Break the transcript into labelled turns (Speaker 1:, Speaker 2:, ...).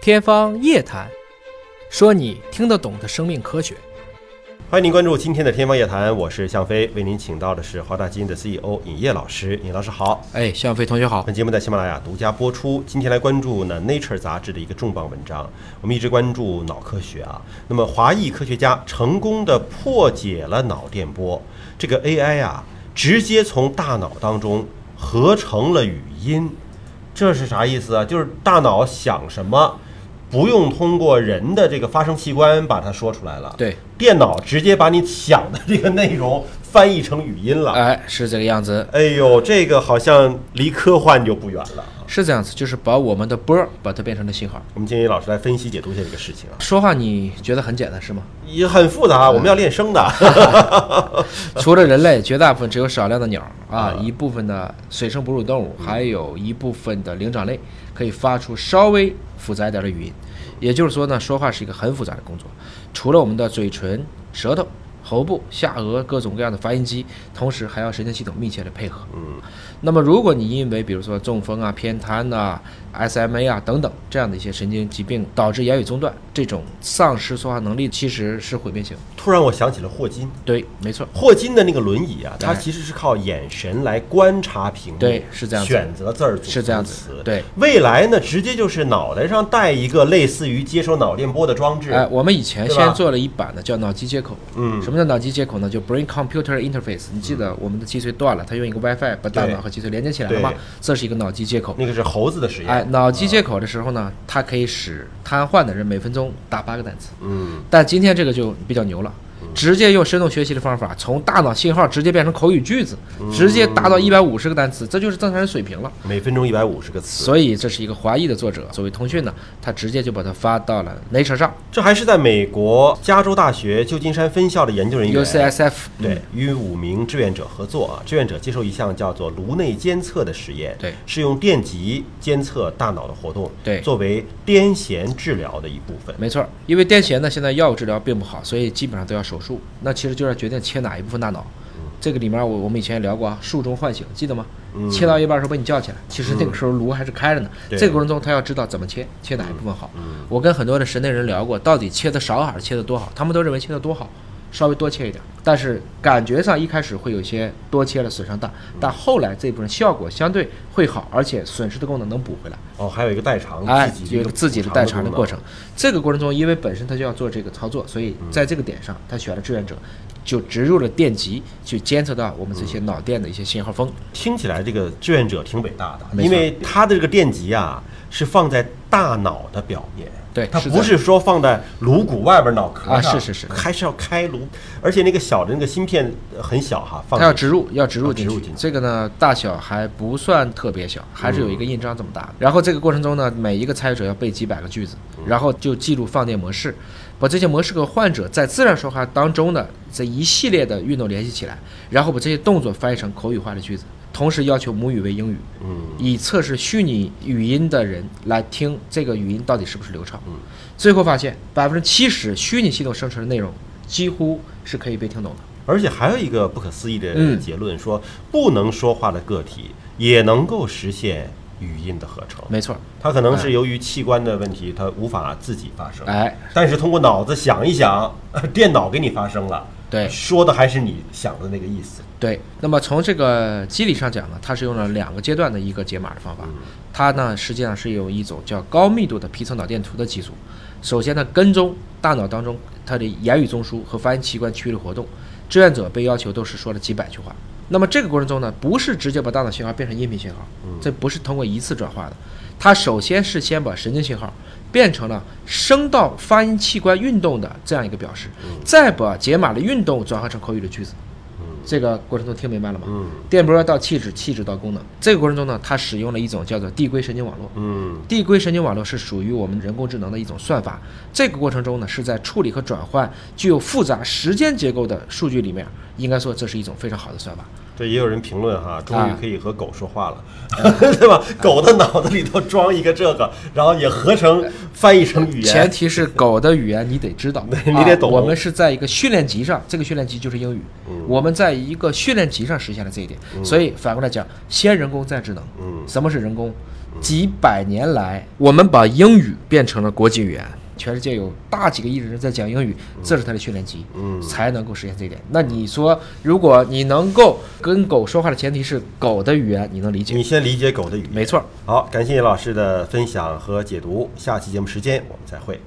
Speaker 1: 天方夜谭，说你听得懂的生命科学。
Speaker 2: 欢迎您关注今天的《天方夜谭》，我是向飞，为您请到的是华大基因的 CEO 尹烨老师。尹老师好，
Speaker 1: 哎，向飞同学好。
Speaker 2: 本节目在喜马拉雅独家播出。今天来关注呢《Nature》杂志的一个重磅文章。我们一直关注脑科学啊，那么华裔科学家成功的破解了脑电波，这个 AI 啊，直接从大脑当中合成了语音。这是啥意思啊？就是大脑想什么，不用通过人的这个发声器官把它说出来了。
Speaker 1: 对，
Speaker 2: 电脑直接把你想的这个内容翻译成语音了。
Speaker 1: 哎，是这个样子，
Speaker 2: 哎呦，这个好像离科幻就不远了。
Speaker 1: 是这样子，就是把我们的波儿把它变成了信号。
Speaker 2: 我们建议老师来分析解读一下这个事情啊，
Speaker 1: 说话你觉得很简单是吗？
Speaker 2: 也很复杂，啊
Speaker 1: 哎
Speaker 2: 我们要练声的。
Speaker 1: 除了人类，绝大部分只有少量的鸟儿啊，一部分的水生哺乳动物，还有一部分的灵长类可以发出稍微复杂一点的语音。也就是说呢，说话是一个很复杂的工作，除了我们的嘴唇、舌头、喉部、下颌各种各样的发音机，同时还要神经系统密切的配合。
Speaker 2: 嗯，
Speaker 1: 那么，如果你因为比如说中风啊、偏瘫呐、SMA 啊等等这样的一些神经疾病导致言语中断，这种丧失说话能力其实是毁灭性。
Speaker 2: 突然我想起了霍金，
Speaker 1: 对，没错。
Speaker 2: 霍金的那个轮椅啊，
Speaker 1: 对
Speaker 2: 他其实是靠眼神来观察屏幕，
Speaker 1: 对是这样子
Speaker 2: 选择字儿组成
Speaker 1: 是这样子
Speaker 2: 词
Speaker 1: 对，
Speaker 2: 未来呢，直接就是脑袋上带一个类似于接收脑电波的装置。
Speaker 1: 哎，我们以前
Speaker 2: 对吧
Speaker 1: 先做了一版的叫脑机接口。
Speaker 2: 嗯
Speaker 1: 什么叫脑机接口呢？就 Brain Computer Interface。你记得我们的脊髓断了，它用一个 WiFi 把大
Speaker 2: 对
Speaker 1: 脑和脊髓连接起来了吗
Speaker 2: 对？嗯
Speaker 1: 这是一个脑机接口。
Speaker 2: 那个是猴子的实验。
Speaker 1: 哎，脑机接口的时候呢，它可以使瘫痪的人每分钟打八个单词。
Speaker 2: 嗯，
Speaker 1: 但今天这个就比较牛了，直接用深度学习的方法，从大脑信号直接变成口语句子，
Speaker 2: 嗯
Speaker 1: 直接达到一百五十个单词，这就是正常人水平了。
Speaker 2: 每分钟一百五十个词，
Speaker 1: 所以这是一个华裔的作者，作为腾讯呢，他直接就把它发到了 Nature 上
Speaker 2: 这还是在美国加州大学旧金山分校的研究人员。
Speaker 1: ，UCSF
Speaker 2: 对，与五名志愿者合作啊，志愿者接受一项叫做颅内监测的实验，
Speaker 1: 对
Speaker 2: 是用电极监测大脑的活动，
Speaker 1: 对
Speaker 2: 作为癫痫治疗的一部分。
Speaker 1: 没错，因为癫痫呢，现在药物治疗并不好，所以基本上都要手术。那其实就是决定切哪一部分大脑。这个里面我我们以前也聊过啊，术中唤醒，记得吗？切到一半的时候把你叫起来，其实那个时候颅还是开着呢。
Speaker 2: 对
Speaker 1: 这个过程中他要知道怎么切，切哪一部分好。我跟很多的神内人聊过，到底切的少还是切的多好？他们都认为切的多好，稍微多切一点。但是感觉上一开始会有些多切了损伤大，但后来这部分效果相对会好，而且损失的功能能补回来。
Speaker 2: 哦，还有一个代偿，
Speaker 1: 哎，
Speaker 2: 自
Speaker 1: 有
Speaker 2: 己的
Speaker 1: 一
Speaker 2: 一
Speaker 1: 个
Speaker 2: 个
Speaker 1: 自己的
Speaker 2: 补
Speaker 1: 代偿的
Speaker 2: 功
Speaker 1: 过
Speaker 2: 能嗯
Speaker 1: 程。这个过程中，因为本身他就要做这个操作，所以在这个点上，他选了志愿者，就植入了电极，去监测到我们这
Speaker 2: 嗯
Speaker 1: 些脑电的一些信号峰。
Speaker 2: 听起来这个志愿者挺伟大的，
Speaker 1: 没
Speaker 2: 因
Speaker 1: 错
Speaker 2: 为他的这个电极啊是放在大脑的表面，
Speaker 1: 对
Speaker 2: 它
Speaker 1: 是
Speaker 2: 不
Speaker 1: 的
Speaker 2: 是说放在颅骨外边脑壳
Speaker 1: 啊
Speaker 2: 上，
Speaker 1: 是是是
Speaker 2: 还是要开颅，而且那个小的那个芯片呃很小哈，放
Speaker 1: 它要
Speaker 2: 进
Speaker 1: 植入，要植入
Speaker 2: 啊
Speaker 1: 进
Speaker 2: 植入
Speaker 1: 去
Speaker 2: 进。去嗯
Speaker 1: 这个呢，大小还不算特别小，还是有一个印章这么大的。然后这个过程中呢，每一个参与者要背几百个句子，
Speaker 2: 嗯
Speaker 1: 然后就记录放电模式，把这些模式和患者在自然说话当中的这一系列的运动联系起来，然后把这些动作翻译成口语化的句子。同时要求母语为英语，
Speaker 2: 嗯，
Speaker 1: 以测试虚拟语音的人来听这个语音到底是不是流畅。
Speaker 2: 嗯
Speaker 1: 最后发现百分之七十虚拟系统生成的内容几乎是可以被听懂的。
Speaker 2: 而且还有一个不可思议的
Speaker 1: 嗯
Speaker 2: 结论，说不能说话的个体也能够实现语音的合成。
Speaker 1: 没错，
Speaker 2: 它可能是由于器官的问题，它无法自己发声。
Speaker 1: 哎，
Speaker 2: 但是通过脑子想一想，电脑给你发声了。
Speaker 1: 对
Speaker 2: 说的还是你想的那个意思。
Speaker 1: 对，那么从这个机理上讲呢，它是用了两个阶段的一个解码的方法。它呢实际上是有一种叫高密度的皮层脑电图的技术。首先呢，跟踪大脑当中它的言语中枢和发音器官区域的活动。志愿者被要求都是说了几百句话。那么这个过程中呢，不是直接把大脑信号变成音频信号，这不是通过一次转化的。它首先是先把神经信号变成了声到发音器官运动的这样一个表示，再把解码的运动转化成口语的句子。这个过程中听明白了吗？
Speaker 2: 嗯
Speaker 1: 电波到气质，气质到功能。这个过程中呢，它使用了一种叫做递归神经网络。
Speaker 2: 嗯
Speaker 1: 递归神经网络是属于我们人工智能的一种算法。这个过程中呢，是在处理和转换具有复杂时间结构的数据里面，应该说这是一种非常好的算法。
Speaker 2: 这也有人评论哈，终于
Speaker 1: 啊
Speaker 2: 可以和狗说话了， 对吧？狗的脑子里头装一个这个，然后也合成翻译成语
Speaker 1: 前
Speaker 2: 言。，
Speaker 1: 提是狗的语言你得知道
Speaker 2: 你得懂嗯
Speaker 1: 啊我们是在一个训练集上，这个训练集就是英语。我们在一个训练集上实现了这一点，所以反过来讲，先人工再智能。
Speaker 2: 嗯
Speaker 1: 什么是人工？几百年来，我们把英语变成了国际语言，
Speaker 2: 嗯
Speaker 1: 全世界有大几个亿人在讲英语，这是它的训练集，
Speaker 2: 嗯
Speaker 1: 才能够实现这一点。那你说，如果你能够跟狗说话的前提是狗的语言你能理解，
Speaker 2: 你先理解狗的语言。
Speaker 1: 没错儿。
Speaker 2: 好，感谢老师的分享和解读，下期节目时间我们再会。